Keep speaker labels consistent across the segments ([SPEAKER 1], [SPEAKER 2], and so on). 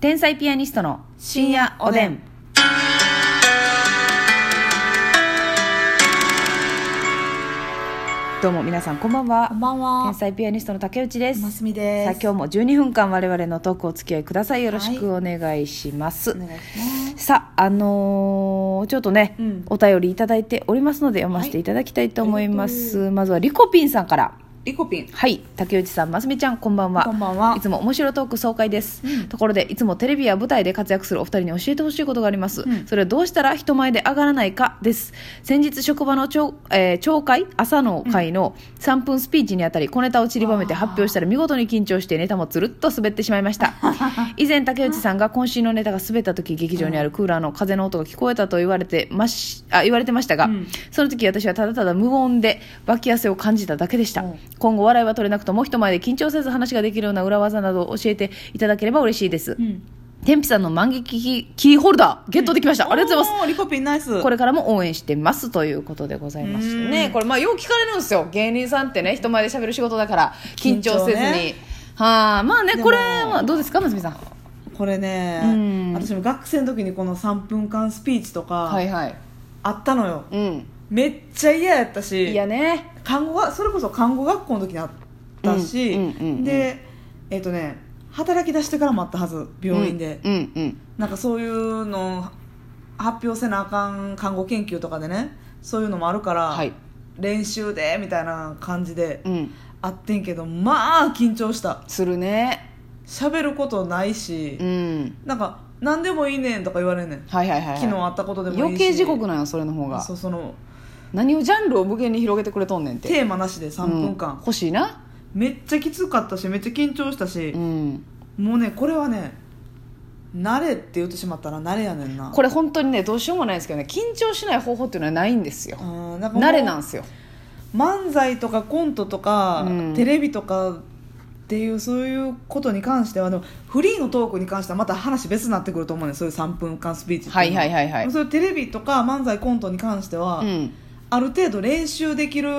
[SPEAKER 1] 天才ピアニストの深夜おでん。どうも皆さんこんばんは。
[SPEAKER 2] こんばんは
[SPEAKER 1] 天。才ピアニストの竹内です。
[SPEAKER 2] ますみです。
[SPEAKER 1] さあ今日も12分間我々のトークお付き合いください。よろしくお願いします。
[SPEAKER 2] お願いします。
[SPEAKER 1] さああのーちょっとね、
[SPEAKER 2] うん
[SPEAKER 1] お便りいただいておりますので読ませていただきたいと思います、まずはリコピンさんから
[SPEAKER 2] リコピン。
[SPEAKER 1] はい竹内さんますみちゃんこんばんは
[SPEAKER 2] こんばんはい
[SPEAKER 1] つも面白トーク爽快です、ところでいつもテレビや舞台で活躍するお二人に教えてほしいことがあります、
[SPEAKER 2] うん
[SPEAKER 1] それはどうしたら人前で上がらないかです先日職場の町、えー町会朝の会の3分スピーチにあたり小ネタを散りばめて発表したら見事に緊張してネタもつるっと滑ってしまいました 以前竹内さんが今週のネタが滑った時劇場にあるクーラーの風の音が聞こえたと言われてましあ言われてましたが、
[SPEAKER 2] うん
[SPEAKER 1] その時私はただただ無音で脇汗を感じただけでした、
[SPEAKER 2] うん
[SPEAKER 1] 今後笑いは取れなくとも人前で緊張せず話ができるような裏技などを教えていただければ嬉しいです、
[SPEAKER 2] ん。
[SPEAKER 1] 天日さんの万劇キーホルダーゲットできました、ありがとうございます
[SPEAKER 2] す。リコピンナイス。
[SPEAKER 1] これからも応援してますということでございまして
[SPEAKER 2] う
[SPEAKER 1] ね
[SPEAKER 2] ん
[SPEAKER 1] これまあよう聞かれるんですよ芸人さんってね人前で喋る仕事だから緊張せずに、
[SPEAKER 2] 緊張ね
[SPEAKER 1] はあまあね
[SPEAKER 2] でも
[SPEAKER 1] これはどうですか夏美さん
[SPEAKER 2] これね
[SPEAKER 1] うん、
[SPEAKER 2] 私も学生の時にこの3分間スピーチと
[SPEAKER 1] は
[SPEAKER 2] か
[SPEAKER 1] いはい
[SPEAKER 2] あったのよ。
[SPEAKER 1] うん
[SPEAKER 2] めっちゃ嫌やった
[SPEAKER 1] い
[SPEAKER 2] し
[SPEAKER 1] や、ね
[SPEAKER 2] 看護がそれこそ看護学校の時にあったし
[SPEAKER 1] うんうんうんうん、
[SPEAKER 2] で、えっとね、働き出してからもあったはず、病院で。
[SPEAKER 1] うんうん
[SPEAKER 2] なんかそういうの発表せなあかん看護研究とかでね、そういうのもあるから
[SPEAKER 1] はい、
[SPEAKER 2] 練習でみたいな感じで
[SPEAKER 1] うん、うん、
[SPEAKER 2] あってんけどまあ緊張した
[SPEAKER 1] するね
[SPEAKER 2] 喋ることないし、
[SPEAKER 1] うん
[SPEAKER 2] なんか何でもいいねんとか言われんねん
[SPEAKER 1] はいはいはい、はい、
[SPEAKER 2] 昨日あったことでもいいし
[SPEAKER 1] 余計地獄なんよそれの方が
[SPEAKER 2] そうその
[SPEAKER 1] 何をジャンルを無限に広げてくれとんねんって
[SPEAKER 2] テーマなしで3分
[SPEAKER 1] うん
[SPEAKER 2] 間、
[SPEAKER 1] 欲しいな
[SPEAKER 2] めっちゃきつかったしめっちゃ緊張したし
[SPEAKER 1] う、ん
[SPEAKER 2] もうねこれはね慣れって言ってしまったら慣れやねんな
[SPEAKER 1] これ本当にねどうしようもないですけどね緊張しない方法っていうのはないんですよ
[SPEAKER 2] うんなんかもう
[SPEAKER 1] 慣れなんですよ
[SPEAKER 2] 漫才とかコントとか、
[SPEAKER 1] うん
[SPEAKER 2] テレビとかっていうそういうことに関してはでもフリーのトークに関してはまた話別になってくると思うねんそういう3分間スピーチってうの
[SPEAKER 1] はいはいはいはい
[SPEAKER 2] そういうテレビとか漫才コントに関しては、
[SPEAKER 1] うんうん
[SPEAKER 2] ある程度練習できる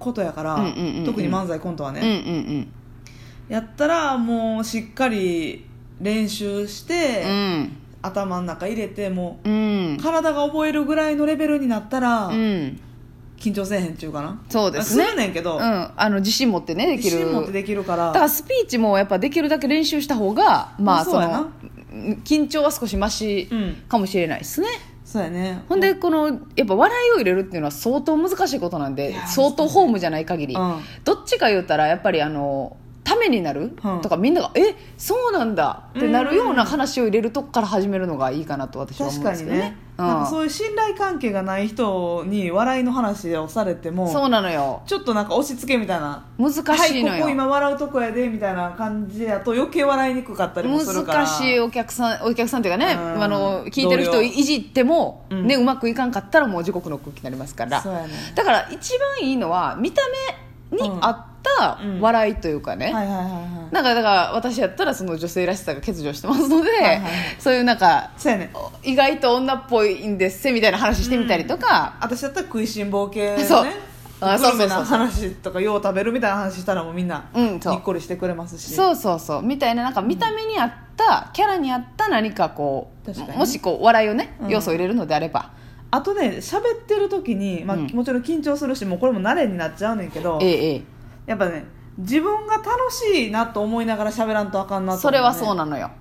[SPEAKER 2] ことやから、
[SPEAKER 1] うんうんうんうん
[SPEAKER 2] 特に漫才コントはね、
[SPEAKER 1] うんうん
[SPEAKER 2] やったらもうしっかり練習して、
[SPEAKER 1] うん
[SPEAKER 2] 頭の中入れても
[SPEAKER 1] う
[SPEAKER 2] うん体が覚えるぐらいのレベルになったら、
[SPEAKER 1] うん
[SPEAKER 2] 緊張せえへんっちゅうかな
[SPEAKER 1] そうですね
[SPEAKER 2] するねんけ
[SPEAKER 1] う
[SPEAKER 2] ど、
[SPEAKER 1] んあの自信持ってねでき
[SPEAKER 2] 自
[SPEAKER 1] る
[SPEAKER 2] 信持ってできるから
[SPEAKER 1] だからスピーチもやっぱできるだけ練習した方がま
[SPEAKER 2] ま
[SPEAKER 1] あ
[SPEAKER 2] あ
[SPEAKER 1] そ
[SPEAKER 2] そうやな
[SPEAKER 1] のうん緊張は少しマシ
[SPEAKER 2] うん
[SPEAKER 1] かもしれないですね、
[SPEAKER 2] そうやね
[SPEAKER 1] ほんでこのやっぱ笑いを入れるっていうのは相当難しいことなんで
[SPEAKER 2] や
[SPEAKER 1] 相当ホームじゃない限り、
[SPEAKER 2] うん
[SPEAKER 1] どっちか言ったらやっぱりあのためになる
[SPEAKER 2] うん
[SPEAKER 1] とか、みんなが「えそうなんだ」ってなるような話を入れるとこから始めるのがいいかなと私は思う
[SPEAKER 2] 確
[SPEAKER 1] ん
[SPEAKER 2] か
[SPEAKER 1] です
[SPEAKER 2] に
[SPEAKER 1] け
[SPEAKER 2] ね
[SPEAKER 1] どね。うん
[SPEAKER 2] なんかそういう信頼関係がない人に笑いの話をされても
[SPEAKER 1] そうなのよ
[SPEAKER 2] ちょっとなんか押し付けみたいな
[SPEAKER 1] 難しいの
[SPEAKER 2] はい、
[SPEAKER 1] よ、
[SPEAKER 2] ここ今笑うとこやでみたいな感じやと余計笑いにくかったりもするから
[SPEAKER 1] 難しいお客さんお客さんというかね、
[SPEAKER 2] うん
[SPEAKER 1] あの聞いてる人
[SPEAKER 2] 同
[SPEAKER 1] を
[SPEAKER 2] 僚
[SPEAKER 1] いじっても、
[SPEAKER 2] うん
[SPEAKER 1] ね、うまくいかんかったらもう地獄の空気になりますから
[SPEAKER 2] そうやね
[SPEAKER 1] だから一番いいのは見た目に合った
[SPEAKER 2] うんうん
[SPEAKER 1] 笑いというかね、
[SPEAKER 2] はいはいはいはい
[SPEAKER 1] なんかだから私やったらその女性らしさが欠如してますので、
[SPEAKER 2] はいはい
[SPEAKER 1] そういうなんか
[SPEAKER 2] そうやね
[SPEAKER 1] 意外と女っぽいんですせみたいな話してみたりとか、
[SPEAKER 2] 私だったら食いしん坊系のね
[SPEAKER 1] そうあ
[SPEAKER 2] グル
[SPEAKER 1] そ
[SPEAKER 2] メな
[SPEAKER 1] うそう
[SPEAKER 2] 話とかよう食べるみたいな話したらもうみんな
[SPEAKER 1] う
[SPEAKER 2] に
[SPEAKER 1] んそう
[SPEAKER 2] っこりしてくれますし、
[SPEAKER 1] そうそうそうみたいななんか見た目に合った、キャラに合った何かこう
[SPEAKER 2] 確かにね
[SPEAKER 1] もしこう笑いをね
[SPEAKER 2] うん
[SPEAKER 1] 要素を入れるのであれば、
[SPEAKER 2] あとね喋ってる時に、まあ
[SPEAKER 1] うん
[SPEAKER 2] もちろん緊張するしもうこれも慣れになっちゃうねんけど
[SPEAKER 1] ええええ
[SPEAKER 2] やっぱね自分が楽しいなと思いながら喋らんとあかんなと
[SPEAKER 1] それはそう
[SPEAKER 2] な
[SPEAKER 1] なのよ、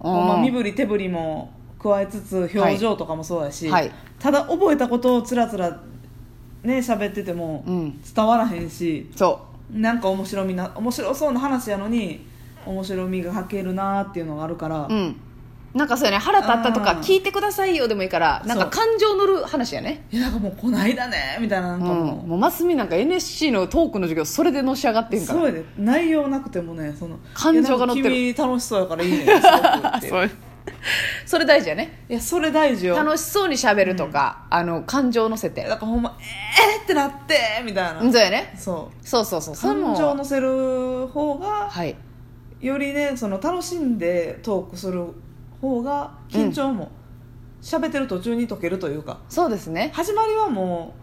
[SPEAKER 2] まあ、
[SPEAKER 1] うん
[SPEAKER 2] 身振り手振りも加えつつ表情とかもそうやし、
[SPEAKER 1] はいはい
[SPEAKER 2] ただ覚えたことをつらつらね喋ってても
[SPEAKER 1] うん
[SPEAKER 2] 伝わらへんし、
[SPEAKER 1] そ
[SPEAKER 2] なんか面白みな面白そうな話やのに面白みが欠けるなっていうのがあるから、
[SPEAKER 1] ううんなんかそうやね腹立ったとか
[SPEAKER 2] うん
[SPEAKER 1] 聞いてくださいよでもいいからなんか
[SPEAKER 2] そう
[SPEAKER 1] 感情乗る話やね
[SPEAKER 2] いやなんかもうこないだねみたいなな
[SPEAKER 1] うんん
[SPEAKER 2] かも
[SPEAKER 1] もうマスミなんか NSC のトークの授業それでのし上がって
[SPEAKER 2] う、
[SPEAKER 1] ん
[SPEAKER 2] す
[SPEAKER 1] か
[SPEAKER 2] ご
[SPEAKER 1] ら
[SPEAKER 2] いね内容なくてもねその
[SPEAKER 1] 感情が乗ってる
[SPEAKER 2] いやなんか君楽しそうやからいいねすごくって
[SPEAKER 1] そうそれ大事やね
[SPEAKER 2] いやそれ大事よ
[SPEAKER 1] 楽しそうにしゃべるとか、あの感情を乗せて
[SPEAKER 2] だからほんまえーってなってみたいな、
[SPEAKER 1] うんそうやね
[SPEAKER 2] そう
[SPEAKER 1] そうそうそうそれも
[SPEAKER 2] 感情を乗せる方が
[SPEAKER 1] はい
[SPEAKER 2] よりねその楽しんでトークする方が緊張も喋ってる途中に解けるというか
[SPEAKER 1] そうですね
[SPEAKER 2] 始まりはも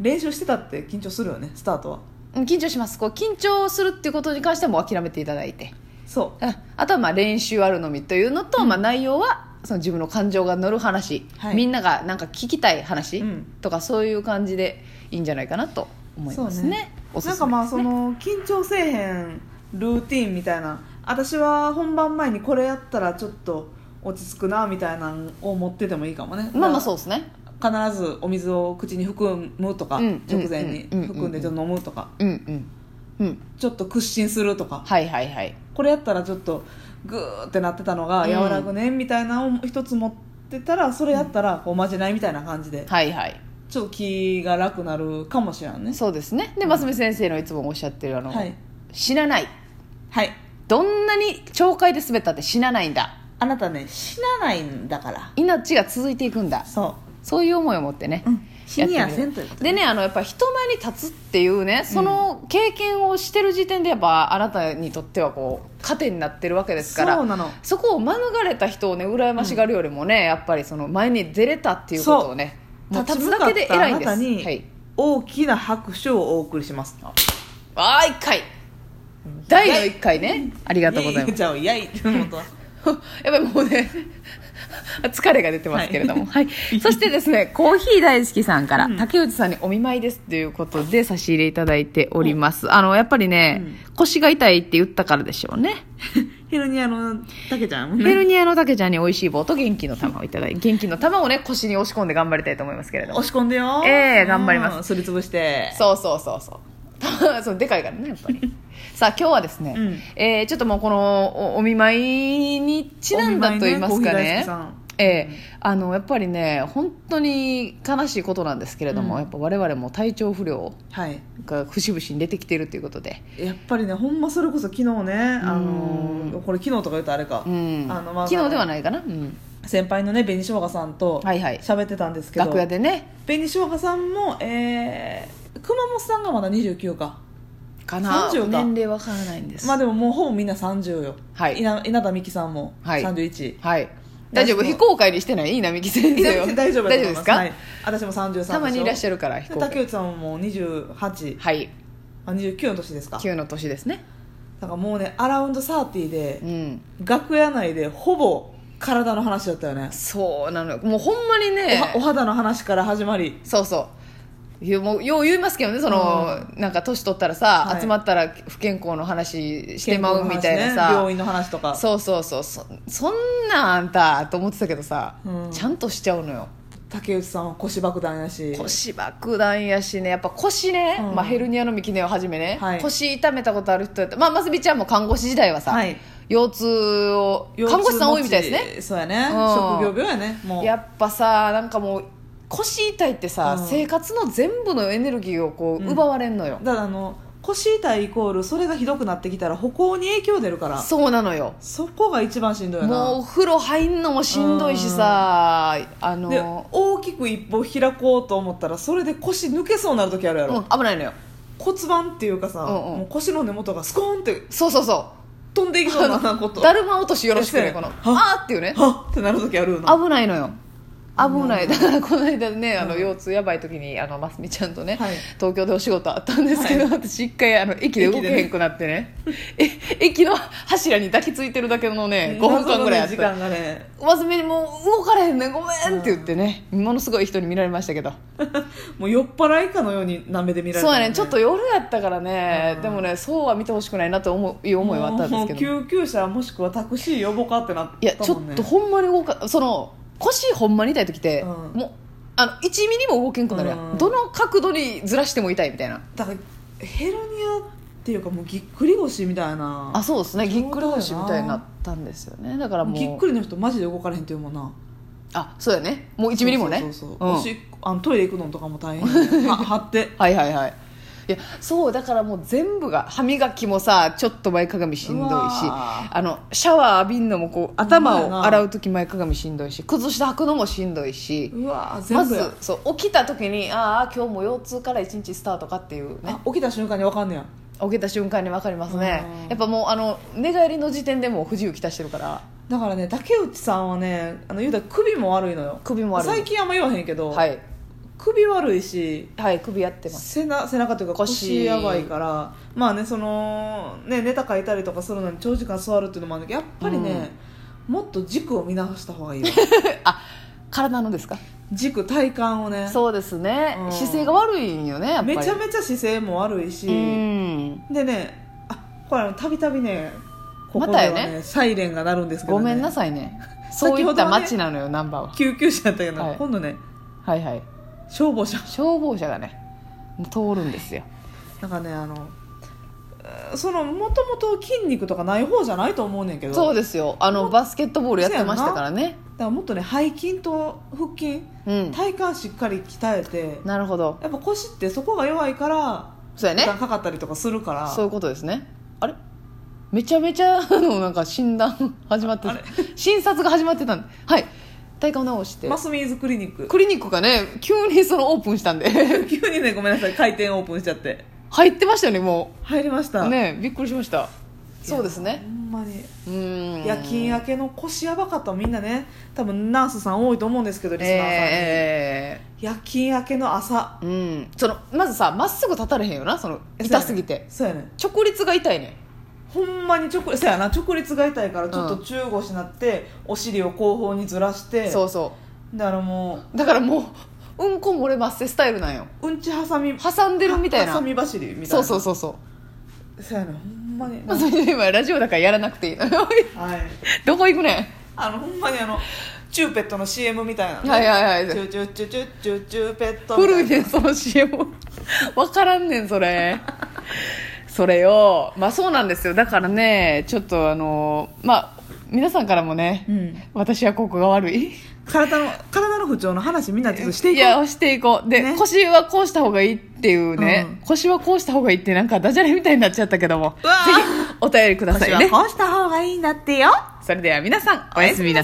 [SPEAKER 2] う練習してたって緊張するよねスタートは
[SPEAKER 1] うん緊張しますこう緊張するっていうことに関してはもう諦めていただいて
[SPEAKER 2] そ
[SPEAKER 1] ああとはまあ練習あるのみというのと、まあ、内容はその自分の感情が乗る話、
[SPEAKER 2] はい
[SPEAKER 1] みんながなんか聞きたい話
[SPEAKER 2] うん
[SPEAKER 1] とか、そういう感じでいいんじゃないかなと思います
[SPEAKER 2] そ
[SPEAKER 1] ね
[SPEAKER 2] うね
[SPEAKER 1] おすす
[SPEAKER 2] な
[SPEAKER 1] め
[SPEAKER 2] んかまあそ
[SPEAKER 1] ですね
[SPEAKER 2] の緊張せえへんルーティンみたいな私は本番前にこれやったらちょっと落ち着くなみたいなのを持っててもいいかもね
[SPEAKER 1] まあまあそううですね
[SPEAKER 2] 必ずお水を口に含むとか、
[SPEAKER 1] うん
[SPEAKER 2] 直前に
[SPEAKER 1] うんうん
[SPEAKER 2] 含んでちょっと飲むとか、
[SPEAKER 1] うんうんうん
[SPEAKER 2] ちょっと屈伸するとか
[SPEAKER 1] はいはいはい
[SPEAKER 2] これやったらちょっとグーってなってたのが
[SPEAKER 1] うん
[SPEAKER 2] 和らぐねみたいなのを一つ持ってたらそれやったらこうおまじないみたいな感じで
[SPEAKER 1] はいはい
[SPEAKER 2] ちょっと気が楽なるかもしれんね
[SPEAKER 1] そうですねで真澄先生のいつもおっしゃってるあの、
[SPEAKER 2] はい
[SPEAKER 1] 死なない
[SPEAKER 2] はい
[SPEAKER 1] どんなに懲戒で滑ったって死なないんだ
[SPEAKER 2] あなたね死なないんだから
[SPEAKER 1] 命が続いていくんだ
[SPEAKER 2] そ
[SPEAKER 1] そういう思いを持ってね、
[SPEAKER 2] う、うん、死にや
[SPEAKER 1] やってみ
[SPEAKER 2] せん
[SPEAKER 1] る
[SPEAKER 2] ということ
[SPEAKER 1] でねあのやっぱ人前に立つっていうねその経験をしてる時点でやっぱあなたにとってはこう糧になってるわけですから
[SPEAKER 2] そうなの
[SPEAKER 1] そこを免れた人をね羨ましがるよりもね、やっぱりその前に出れたっていうことをねもう立つだけで偉いんです
[SPEAKER 2] 立ち向かったあなたに
[SPEAKER 1] はい
[SPEAKER 2] 大きな拍手をお送りしますあ
[SPEAKER 1] あー一回第の一回ねありがとうございます
[SPEAKER 2] じゃあいやいっていう ことは
[SPEAKER 1] やばいもうね疲れが出てますけれども、は
[SPEAKER 2] はい
[SPEAKER 1] い そしてですねコーヒー大好きさんから、
[SPEAKER 2] うん
[SPEAKER 1] 竹内さんにお見舞いですということで差し入れいただいております、あのやっぱりね、腰が痛いって言ったからでしょうね、
[SPEAKER 2] ヘルニアのたけちゃんも
[SPEAKER 1] ヘル
[SPEAKER 2] ね
[SPEAKER 1] ニアの竹ちゃんに美味しい棒と元気の玉をいただいて元気の玉をね腰に押し込んで頑張りたいと思いますけれども
[SPEAKER 2] 押し込んでよ
[SPEAKER 1] ええ頑張ります
[SPEAKER 2] うんすりつぶして
[SPEAKER 1] そうそうそうそうそう でかいからねやっぱ りさあ今日はですね、
[SPEAKER 2] うん
[SPEAKER 1] えーちょっともうこのおお見舞いにちなんだと言いますか
[SPEAKER 2] お見舞い
[SPEAKER 1] ね
[SPEAKER 2] ねコーヒー大好きさん
[SPEAKER 1] ええあのやっぱりね本当に悲しいことなんですけれども、
[SPEAKER 2] うん
[SPEAKER 1] やっぱ我々も体調不良
[SPEAKER 2] はい
[SPEAKER 1] が節々に出てきているということで、
[SPEAKER 2] やっぱりねほんまそれこそ昨日ね、あのこれ昨日とか言うとあれか、
[SPEAKER 1] うん
[SPEAKER 2] あのまあ
[SPEAKER 1] 昨日ではないかな、うん、
[SPEAKER 2] 先輩のね紅しょうがさんと
[SPEAKER 1] はいはい
[SPEAKER 2] 喋ってたんですけど、
[SPEAKER 1] 楽屋でね
[SPEAKER 2] 紅しょうがさんも、えー、熊本さんがまだ29か
[SPEAKER 1] かな
[SPEAKER 2] 30か
[SPEAKER 1] 年齢わからないんです、
[SPEAKER 2] まあでももうほぼみんな30よ、
[SPEAKER 1] はい
[SPEAKER 2] 稲稲田美希さんも
[SPEAKER 1] はい
[SPEAKER 2] 31、
[SPEAKER 1] はい大丈夫
[SPEAKER 2] 私も
[SPEAKER 1] 非公開にしてない稲美希先
[SPEAKER 2] 稲
[SPEAKER 1] 生
[SPEAKER 2] 田
[SPEAKER 1] は
[SPEAKER 2] 美希 大丈夫だと
[SPEAKER 1] 大丈夫で
[SPEAKER 2] 思います
[SPEAKER 1] すか、
[SPEAKER 2] はい、私も33でしょ
[SPEAKER 1] たまにいらっしゃるから非
[SPEAKER 2] で
[SPEAKER 1] 公
[SPEAKER 2] 竹
[SPEAKER 1] 開
[SPEAKER 2] 内さんも28
[SPEAKER 1] はい
[SPEAKER 2] あ29の年ですか
[SPEAKER 1] 9の年ですね
[SPEAKER 2] だからもうねアラウンド30で
[SPEAKER 1] うん
[SPEAKER 2] 楽屋内でほぼ体の話だったよね
[SPEAKER 1] そうなのよもうほんまにね
[SPEAKER 2] おはお肌の話から始まり
[SPEAKER 1] そうそういうもうよう言いますけどねその、なんか年取ったらさ、
[SPEAKER 2] はい
[SPEAKER 1] 集まったら不健康の話してまうみたいな
[SPEAKER 2] 健康の話ね
[SPEAKER 1] さ、
[SPEAKER 2] 病院の話とか
[SPEAKER 1] そうそうそうそそんなんあんたと思ってたけどさ、
[SPEAKER 2] うん
[SPEAKER 1] ちゃんとしちゃうのよ
[SPEAKER 2] 竹内さんは腰爆弾やし
[SPEAKER 1] 腰爆弾やしねやっぱ腰ね、
[SPEAKER 2] うん
[SPEAKER 1] まあ、ヘルニアの幹根をはじめね、
[SPEAKER 2] はい
[SPEAKER 1] 腰痛めたことある人やったまあますみちゃんも看護師時代はさ、
[SPEAKER 2] はい
[SPEAKER 1] 腰痛を看護師さん多いみたいですね
[SPEAKER 2] ねそうやね
[SPEAKER 1] ん
[SPEAKER 2] 職業病やねもう
[SPEAKER 1] やっぱさなんかもう腰痛いってさ、
[SPEAKER 2] うん
[SPEAKER 1] 生活の全部のエネルギーをこう奪われんのよ、
[SPEAKER 2] だからあの腰痛いイコールそれがひどくなってきたら歩行に影響出るからそ
[SPEAKER 1] そうなのよ
[SPEAKER 2] こが一番しんどいよな
[SPEAKER 1] もうお風呂入んのもしんどいしさあ
[SPEAKER 2] で
[SPEAKER 1] の
[SPEAKER 2] 大きく一歩開こうと思ったらそれで腰抜けそうになる時あるやろ、
[SPEAKER 1] うん危ないのよ
[SPEAKER 2] 骨盤っていうかさ、
[SPEAKER 1] うんうん
[SPEAKER 2] もう腰の根元がスコーンって
[SPEAKER 1] そうそうそ
[SPEAKER 2] 飛んでいきそうなこと
[SPEAKER 1] うだるま落としよろしく
[SPEAKER 2] え
[SPEAKER 1] ね
[SPEAKER 2] え
[SPEAKER 1] この
[SPEAKER 2] は
[SPEAKER 1] あーっていうね
[SPEAKER 2] はっってなる時あるよな
[SPEAKER 1] 危ないのよ危ないだから この間ねあの
[SPEAKER 2] うん
[SPEAKER 1] 腰痛やばい時にあのますみちゃんとね、
[SPEAKER 2] はい
[SPEAKER 1] 東京でお仕事あったんですけど、
[SPEAKER 2] は
[SPEAKER 1] 私一回あの駅で動けへんくなってねえ駅の柱に抱きついてるだけのね5分間ぐらいあっ
[SPEAKER 2] 謎のね時
[SPEAKER 1] た
[SPEAKER 2] 間がね
[SPEAKER 1] ますみにもう動かれへんねんごめんって言ってね、ものすごい人に見られましたけど
[SPEAKER 2] もう酔っ払いかのようにな目で見られた
[SPEAKER 1] そう
[SPEAKER 2] もん
[SPEAKER 1] やねちょっと夜やったからね
[SPEAKER 2] うん
[SPEAKER 1] でもねそうは見てほしくないなと思ういう思いはあったんですけど
[SPEAKER 2] もう救急車もしくはタクシー呼ぼうかってなったもん、ね、
[SPEAKER 1] いやちょっとほんまに動かその腰ほんまに痛い時って、
[SPEAKER 2] うん
[SPEAKER 1] もうあの1ミリも動けんくなるやん、
[SPEAKER 2] うん
[SPEAKER 1] どの角度にずらしても痛いみたいな
[SPEAKER 2] だからヘルニアっていうかもうぎっくり腰みたいな
[SPEAKER 1] あそうですねぎっくり腰
[SPEAKER 2] そう
[SPEAKER 1] み
[SPEAKER 2] だよな
[SPEAKER 1] たいになったんですよねだからもう
[SPEAKER 2] ぎっくりの人マジで動かれへんっていうもんな
[SPEAKER 1] あそうやねもう1ミリもね
[SPEAKER 2] そうそうそう
[SPEAKER 1] うん
[SPEAKER 2] おしっこあのトイレ行くのとかも 大変は張って
[SPEAKER 1] はいはいはいいやそうだからもう全部が歯磨きもさちょっと前かがみしんどいう
[SPEAKER 2] わ
[SPEAKER 1] し
[SPEAKER 2] ー
[SPEAKER 1] あのシャワー浴びんのもこう
[SPEAKER 2] ほん
[SPEAKER 1] 頭
[SPEAKER 2] まや
[SPEAKER 1] を
[SPEAKER 2] な
[SPEAKER 1] 洗う時前かがみしんどいし靴下履くのもしんどいし
[SPEAKER 2] うわー
[SPEAKER 1] ま
[SPEAKER 2] 全部
[SPEAKER 1] ず
[SPEAKER 2] や、
[SPEAKER 1] そう起きた時にああ今日も腰痛から1日スタートかっていうね
[SPEAKER 2] あ起きた瞬間に分かんねや
[SPEAKER 1] 起きた瞬間に分かりますね
[SPEAKER 2] うん
[SPEAKER 1] やっぱもうあの寝返りの時点でもう不自由きたしてるから
[SPEAKER 2] だからね竹内さんはねあの言うたら首も悪いのよ
[SPEAKER 1] 首も悪い
[SPEAKER 2] 最近あんま言わへんけど、
[SPEAKER 1] はい
[SPEAKER 2] 首悪いし
[SPEAKER 1] はい首やって ます
[SPEAKER 2] 背な背中というか
[SPEAKER 1] 腰
[SPEAKER 2] 腰やばいからまあねそのねネタ書いたりとかするのに長時間座るっていうのもあるんだけどやっぱりね、もっと軸を見直した方がいい わ
[SPEAKER 1] 体のですか
[SPEAKER 2] 軸体幹をね
[SPEAKER 1] そうですね、
[SPEAKER 2] うん
[SPEAKER 1] 姿勢が悪いんよねやっぱり
[SPEAKER 2] めちゃめちゃ姿勢も悪いし、
[SPEAKER 1] うん
[SPEAKER 2] でねあこれあのたびたびねここ
[SPEAKER 1] ま
[SPEAKER 2] で
[SPEAKER 1] た
[SPEAKER 2] は
[SPEAKER 1] よ
[SPEAKER 2] ね
[SPEAKER 1] ね
[SPEAKER 2] サイレンが鳴るんですけど、
[SPEAKER 1] ごめ
[SPEAKER 2] ね、
[SPEAKER 1] んなさいねそういった街なのよナンバーは
[SPEAKER 2] 救急車やったけど、
[SPEAKER 1] はい
[SPEAKER 2] 今度ね
[SPEAKER 1] はいはい
[SPEAKER 2] 消防車
[SPEAKER 1] 消防車がね通るんですよ
[SPEAKER 2] なんかねあのえーそのもともと筋肉とかない方じゃないと思うねんけど
[SPEAKER 1] そう
[SPEAKER 2] だか
[SPEAKER 1] ですよあのバスケットボールやってましたからね
[SPEAKER 2] らもっとね背筋と腹筋
[SPEAKER 1] うん
[SPEAKER 2] 体幹しっかり鍛えて
[SPEAKER 1] なるほど
[SPEAKER 2] やっぱ腰ってそこが弱いから
[SPEAKER 1] そうや
[SPEAKER 2] 負
[SPEAKER 1] ね
[SPEAKER 2] 担かかったりとかするから
[SPEAKER 1] そういうことですねあれめちゃめちゃあのなんか診断始まって
[SPEAKER 2] あ
[SPEAKER 1] た
[SPEAKER 2] れ
[SPEAKER 1] 診察が始まってたんではい体感を直して
[SPEAKER 2] マスミーズクリニック
[SPEAKER 1] クリニックがね急にそのオープンしたんで
[SPEAKER 2] 急にねごめんなさい回転オープンしちゃって
[SPEAKER 1] 入ってましたよねも
[SPEAKER 2] 入りました
[SPEAKER 1] うねびっくりしましたそうですね
[SPEAKER 2] ほんまに
[SPEAKER 1] うん
[SPEAKER 2] 夜勤明けの腰やばかったのみんなね多分ナースさん多いと思うんですけどリスナーさん、
[SPEAKER 1] え
[SPEAKER 2] 夜勤明けの朝
[SPEAKER 1] えうんそのまずさまっすぐ立たれへんよなその痛すぎて
[SPEAKER 2] そうやね
[SPEAKER 1] 直立が痛いね
[SPEAKER 2] ほんまに直そうやな直立が痛いからちょっと中腰になって、お尻を後方にずらして
[SPEAKER 1] そうそ
[SPEAKER 2] だからも
[SPEAKER 1] うだからもううんこ漏れまっせスタイルなんよ
[SPEAKER 2] ううんち挟み
[SPEAKER 1] 挟んでるみたいな
[SPEAKER 2] 挟み走りみたいな
[SPEAKER 1] そうそううそうそ
[SPEAKER 2] そうやねほんまに
[SPEAKER 1] う、それで今ラジオだからやらなくていい
[SPEAKER 2] はい
[SPEAKER 1] どこ行くね
[SPEAKER 2] あのほんまにあのチューペットの CM みたいな、
[SPEAKER 1] んはいはいは
[SPEAKER 2] チ
[SPEAKER 1] い
[SPEAKER 2] ューチューチューチューチューチューペットみた
[SPEAKER 1] 古
[SPEAKER 2] い
[SPEAKER 1] い
[SPEAKER 2] な
[SPEAKER 1] ねんその CM わからんねんそれそれよまあそうなんですよだからねちょっとあのまあ皆さんからもね、
[SPEAKER 2] うん
[SPEAKER 1] 私はここが悪い
[SPEAKER 2] 体の体の不調の話みんなちょっとしてい
[SPEAKER 1] い
[SPEAKER 2] こう
[SPEAKER 1] やしていこうで、
[SPEAKER 2] ね
[SPEAKER 1] 腰はこうした方がいいっていうね、
[SPEAKER 2] うん
[SPEAKER 1] 腰はこうした方がいいってなんかダジャレみたいになっちゃったけども
[SPEAKER 2] うわー
[SPEAKER 1] ぜひお便りくださいね
[SPEAKER 2] こうした方がいいんだってよ
[SPEAKER 1] それでは皆さんおやすみなさい